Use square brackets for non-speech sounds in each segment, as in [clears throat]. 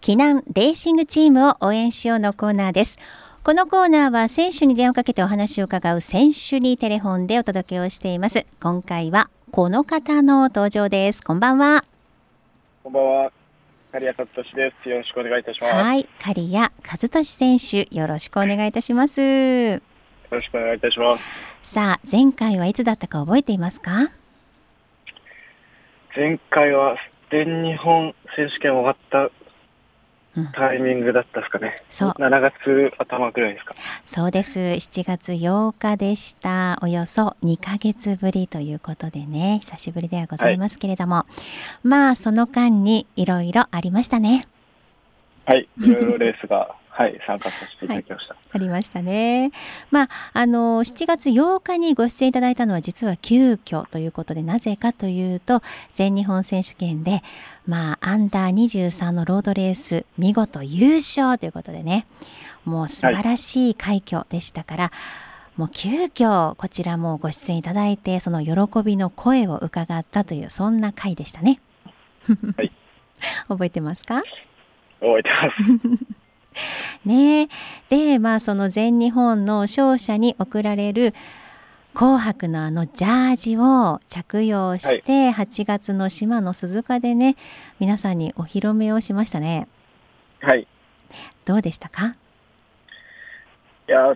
避難レーシングチームを応援しようのコーナーですこのコーナーは選手に電話をかけてお話を伺う選手にテレフォンでお届けをしています今回はこの方の登場ですこんばんはこんばんは。刈谷勝利です。よろしくお願いいたします。よはい刈谷和俊選手よろしくお願いいたしますろしくお願いいたします。さあ前回はいつだったか覚えていますか前回は全日本選手権終わったうんタイミングだったですかね。そう7月頭くらいですか。そうです7月8日でしたおよそ2ヶ月ぶりということでね久しぶりではございますけれども、まあその間にいろいろありましたねはい。いろいろレースが、 [laughs] はい、参加させていただきました。ありましたねまああの7月8日にご出演いただいたのは実は急遽ということでなぜかというと全日本選手権でまあアンダー23のロードレース見事優勝ということでねもう素晴らしい快挙でしたから、もう急遽こちらもご出演いただいてその喜びの声を伺ったというそんな回でしたね。はい [laughs] 覚えてますか覚えてます。ねでまあその全日本の勝者に贈られる紅白のあのジャージを着用して、8月の島の鈴鹿でね皆さんにお披露目をしましたね [laughs] はい。どうでしたか、いや、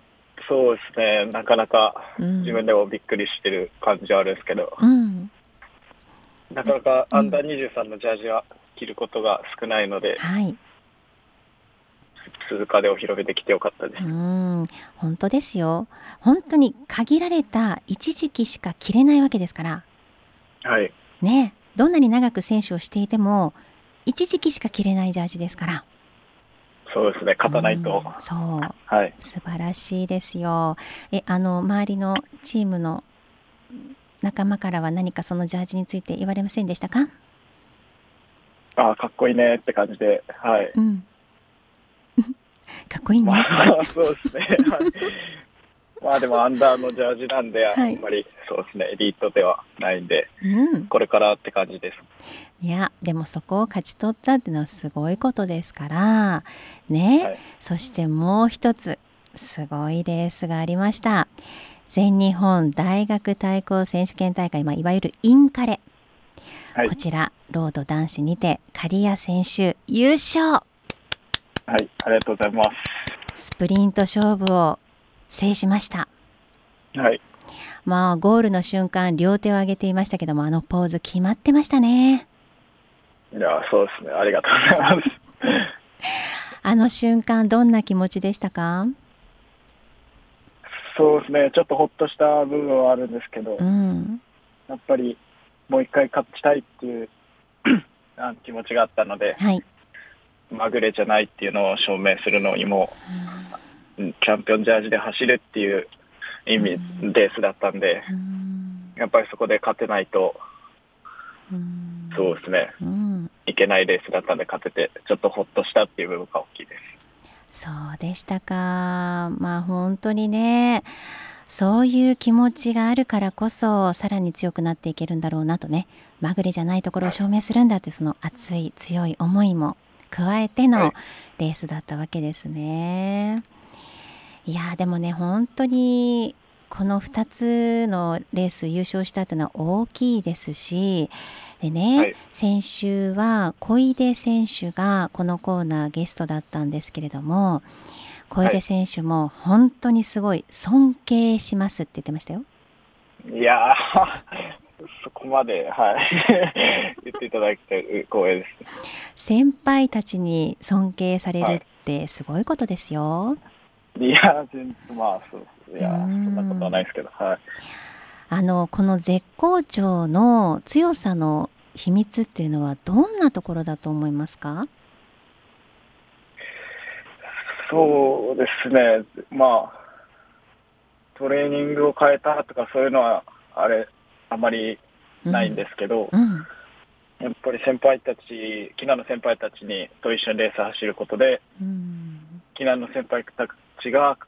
そうですね。なかなかうん、自分でもびっくりしてる感じはあるんですけど、うんなかなかうんアンダー23のジャージは着ることが少ないので、はい鈴鹿でお披露目できてよかったですう。ん本当ですよ本当に限られた一時期しか着れないわけですからはい。ねどんなに長く選手をしていても一時期しか着れないジャージですからそうですね。勝たないと。うんそうはい。素晴らしいですよ。え、あの周りのチームの仲間からは何かそのジャージについて言われませんでしたか？ああ、かっこいいねって感じで、はい。うん。 [laughs] かっこいいまね。 [laughs] あ、そうですね。はいまあでも、アンダーのジャージなんで、はいあんまりそうですね、エリートではないんで、うん。これからって感じです。いや、でもそこを勝ち取ったってのはすごいことですから、ね。はいそしてもう一つすごいレースがありました。全日本大学対抗選手権大会、まあ、いわゆるインカレ、はいこちらロード男子にて刈谷選手優勝はい、ありがとうございまスプリント勝負を制しました。す。はい、まあゴールの瞬間両手を上げていましたけどもあのポーズ決まってましたね。いや、そうですね、ありがとうございます。あの瞬間どんな気持ちでしたか？そうですね、ちょっとほっとした部分はあるんですけどう、ん、やっぱりもう一回勝ちたいっていう [clears throat] あ気持ちがあったので、はい。まぐれじゃないっていうのを証明するのにも、うんチャンピオンジャージで走るっていう意味、うんレースだったんで、うんやっぱりそこで勝てないと、うんそうですね、うん、いけないレースだったんで勝てて、ちょっとほっとしたっていう部分が大きいです。そうでしたか。まあ本当にね、そういう気持ちがあるからこそさらに強くなっていけるんだろうなとね、まぐれじゃないところを証明するんだってその熱い強い思いも加えてはのいレースだったわけですね。いやーでもね本当にこの2つのレース優勝したというのは大きいですしでね、はい先週は小出選手がこのコーナーゲストだったんですけれども小出選手も本当にすごい尊敬しますって言ってましたよ。いやー、 [laughs] そこまで、はい、 [laughs] 言っていただきて光栄です。先輩たちに尊敬されるってすごいことですよ。いやー、全まあ、そういやーうそんんなことはないですけど、はい。あのこの絶好調の強さの秘密っていうのはどんなところだと思いますか？。そうですね、まあ、トレーニングを変えたとか、そういうのは、あれ、あまりないんですすけど、うん、やっぱり先輩たち、キナの先輩たちにと一緒にレース走ることで、うん、キナの先輩たちが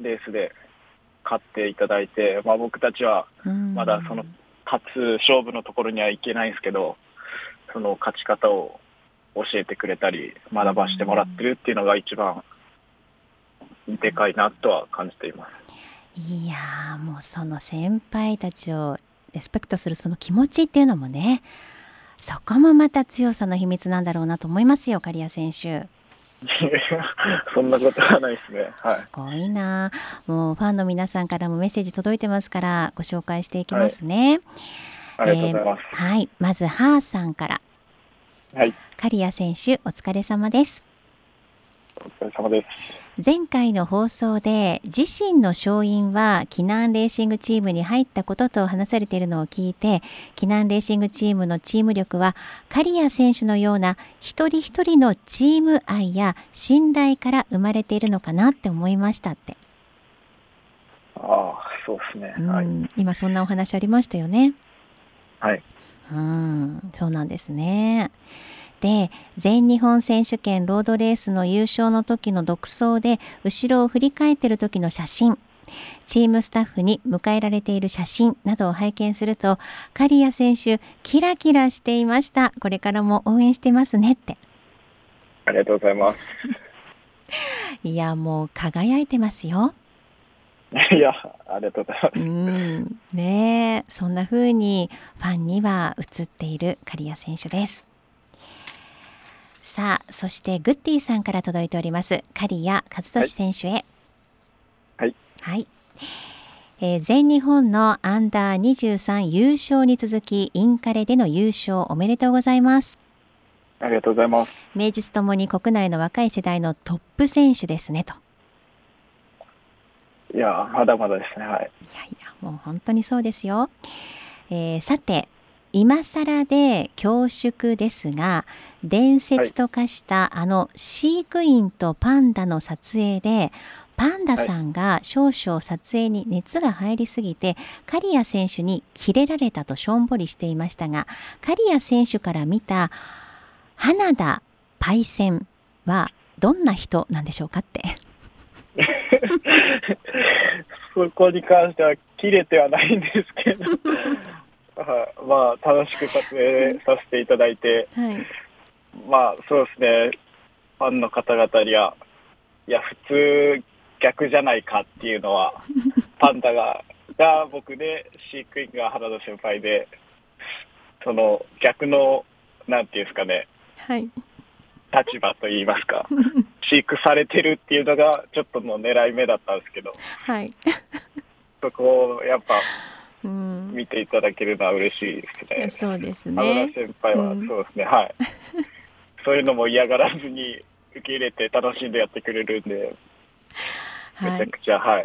レースで勝っていただいて、まあ、僕たちはうんまだその勝つ勝負のところにはいけないんですけど、その勝ち方を教えてくれたり、学ばしてもらってるっていうのが一番でかいなとは感じています。 [laughs] いやーもうその先輩たちをレスペクトするその気持ちっていうのもねそこもまた強さの秘密なんだろうなと思いますよ刈谷選手。そんなことはないですね。はいす。ごいなあもうファンの皆さんからもメッセージ届いてますからご紹介していきますね。ありがとうございます。えーはい、まずハーさんからはい。刈谷選手お疲れ様です。お疲れ様です。前回の放送で自身の勝因は避難レーシングチームに入ったことと話されているのを聞いて避難レーシングチームのチーム力は刈谷選手のような一人一人のチーム愛や信頼から生まれているのかなって思いましたって、ああ、そうですうね。はい。ん、今そんなお話ありましたよね。はい。うん、そうなんですね。で、全日本選手権ロードレースの優勝の時の独走で、後ろを振り返ってる時の写真、チームスタッフに迎えられている写真などを拝見すると、刈谷選手、キラキラしていました。これからも応援してますねって。ありがとうございます。いや、もう輝いてますよ。 [laughs] いや、ありがとうございます。うん、ねえそんな風にファンには映っている刈谷選手ですさあそしてグッディさんから届いております刈谷和俊選手へはい、はいえー全日本のアンダー23優勝に続きインカレでの優勝おめでとうございますありがとうございます。名実ともに国内の若い世代のトップ選手ですねといや、まだまだですね。はい。いやいやもう本当にそうですよ、えーさて今更で恐縮ですが伝説と化したあの飼育員とパンダの撮影でパンダさんが少々撮影に熱が入りすぎて刈谷選手にキレられたとしょんぼりしていましたが刈谷選手から見た花田パイセンはどんな人なんでしょうかってそこに関しては切れてはないんですけど、 [laughs] はいまあ、楽しく撮影させていただいて、はい、まあ、そうですね、ファンの方々には、いや、普通逆じゃないかっていうのは、パンダが、が僕で、飼育員が原田先輩で、その逆の、なんていうんですかね、はい、立場といいますか、飼育されてるっていうのが、ちょっとの狙い目だったんですけど、はい、そこをやっぱうん見ていただけるのは嬉しいいやですね。そうです油ね。先輩は、うんそうですね、はい。そういうのも嫌がらずに受け入れて楽しんでやってくれるんで、めはちゃい、くちゃ、はい、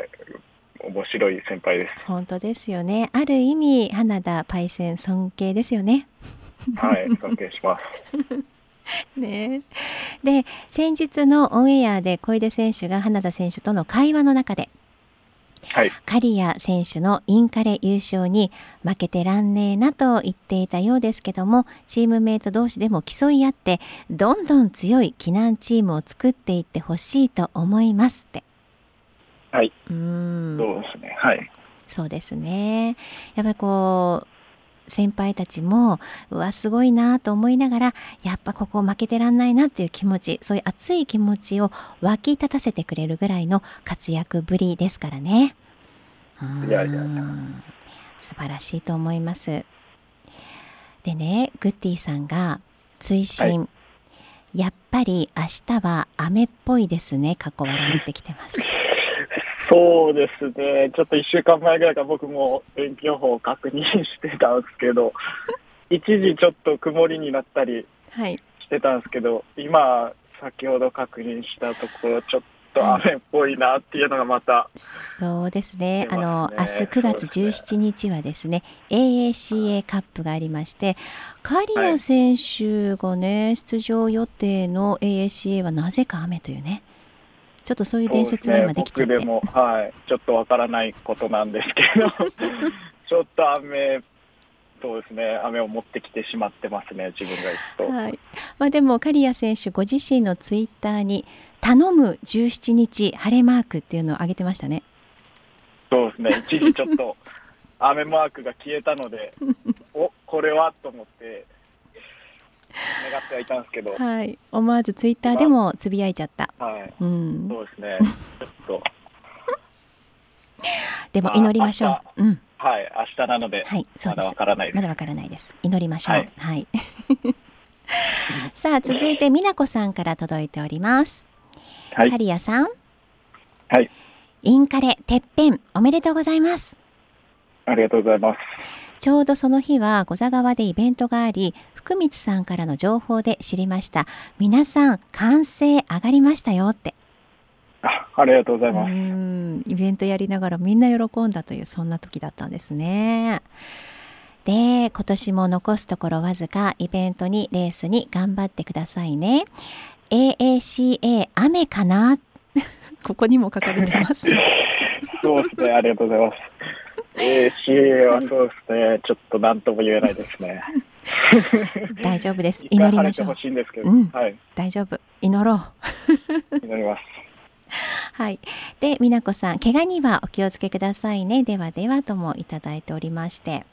面白い先輩です。本当ですよね。ある意味花田パイセン尊敬ですよね。はい、尊敬します。ねえ。で、先日のオンエアで小出選手が花田選手との会話の中で、はい、刈谷選手のインカレ優勝に負けてらんねえなと言っていたようですけどもチームメイト同士でも競い合ってどんどん強い避難チームを作っていってほしいと思いますって。はい、うーんそうですね、はい。そうですね。やっぱりこう先輩たちもうわすごいなと思いながらやっぱここ負けてらんないなっていう気持ちそういう熱い気持ちを湧き立たせてくれるぐらいの活躍ぶりですからね。いやいやいやうん素晴らしいと思います。でねグッディさんが追伸、やっぱり明日は雨っぽいですね過去笑ってきてます。そうですね、ちょっと1週間前ぐらいから僕も天気予報を確認してたんです [laughs] けど、一時ちょっと曇りになったり、はいしてたんですけど、今、先ほど確認したところ、ちょっと雨っぽいなっていうのがまた、そうですね。あ出のます明ね日9月17日はですね、AACA カップがありまして、カリア選手がね、出場予定の AACA はなぜか雨というね、ちょっとそういう伝説が今できちゃって、僕でも、はい、ちょっとわからないことなんですけ [laughs] ど、ちょっと雨、そうですね、雨を持ってきてしまってますね、自分が行くはい。まあでもカリア選手ご自身のツイッターに頼む17日晴れマークっていうのを上げてましたね。と、そうですね、一時ちょっと [laughs] 雨マークが消えたので、おこれはと思って、願ってはいたんですけど、はい、思わずツイッターでもつぶやいちゃった。はい、うん、そうです [laughs] ね、ちょっと、でもまあ祈りましょう。うん、はい、明日なので、はい、そまうでだすわ。からないで。ますだわからないです。祈りましょう。ははいい。 [laughs] さあ、続いて美奈子さんから届いております。はカい、リアさん。はい、インカレてっぺんおめでとうございます。ありがとうございます。ちょうどその日は、小座川でイベントがあり、福光さんからの情報で知りました。皆さん、歓声上がりましたよって。あありがとうございます。うんイベントやりながらみんな喜んだというそんな時だったんですね。で今年も残すところわずかイベントにレースに頑張ってくださいね。AACA 雨かな [laughs] ここにも書かれて [laughs] ます。そうですね、ありがとうございます。えー、CA はそうですね、ちょっと何とも言えないですね。大丈夫です。一祈回り晴まれしてょうほ。しいんですけど、うんはい、大丈夫。祈ろう。祈ります。はい。で、美奈子さん、怪我にはお気をつけくださいね。ではではともいただいておりまして。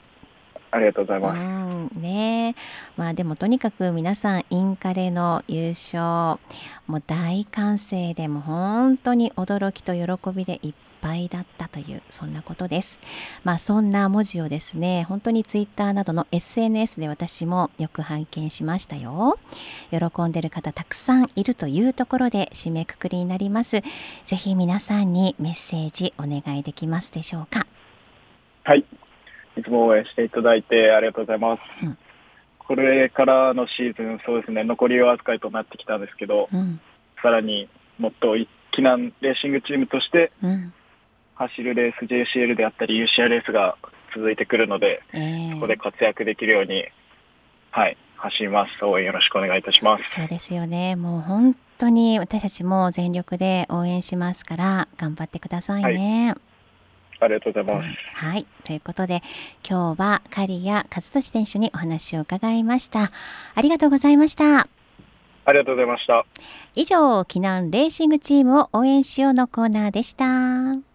ありがとうございます。うんねえまあでもとにかく皆さんインカレの優勝もう大歓声でもう本当に驚きと喜びでいっぱいだったというそんなことですまあそんな文字をですね本当にツイッターなどの SNS で私もよく拝見しましたよ喜んでる方たくさんいるというところで締めくくりになりますぜひ皆さんにメッセージお願いできますでしょうかはい。いつも応援していただいてありがとうございます。うんこれからのシーズン、そうですね、残りわずかとなってきたんですけど、うんさらにもっと一気なレーシングチームとして、うん走るレース、JCL であったり、UCL レースが続いてくるので、えーここで活躍できるように、はい、走ります。応援よろしくお願いいたします。そうですよね。もう本当に私たちも全力で応援しますから頑張ってくださいね。ありがとうございはい、ます。ということで今日は刈谷和俊選手にお話を伺いました。ありがとうございました。ありがとうございました。以上、避難レーシングチームを応援しようのコーナーでした。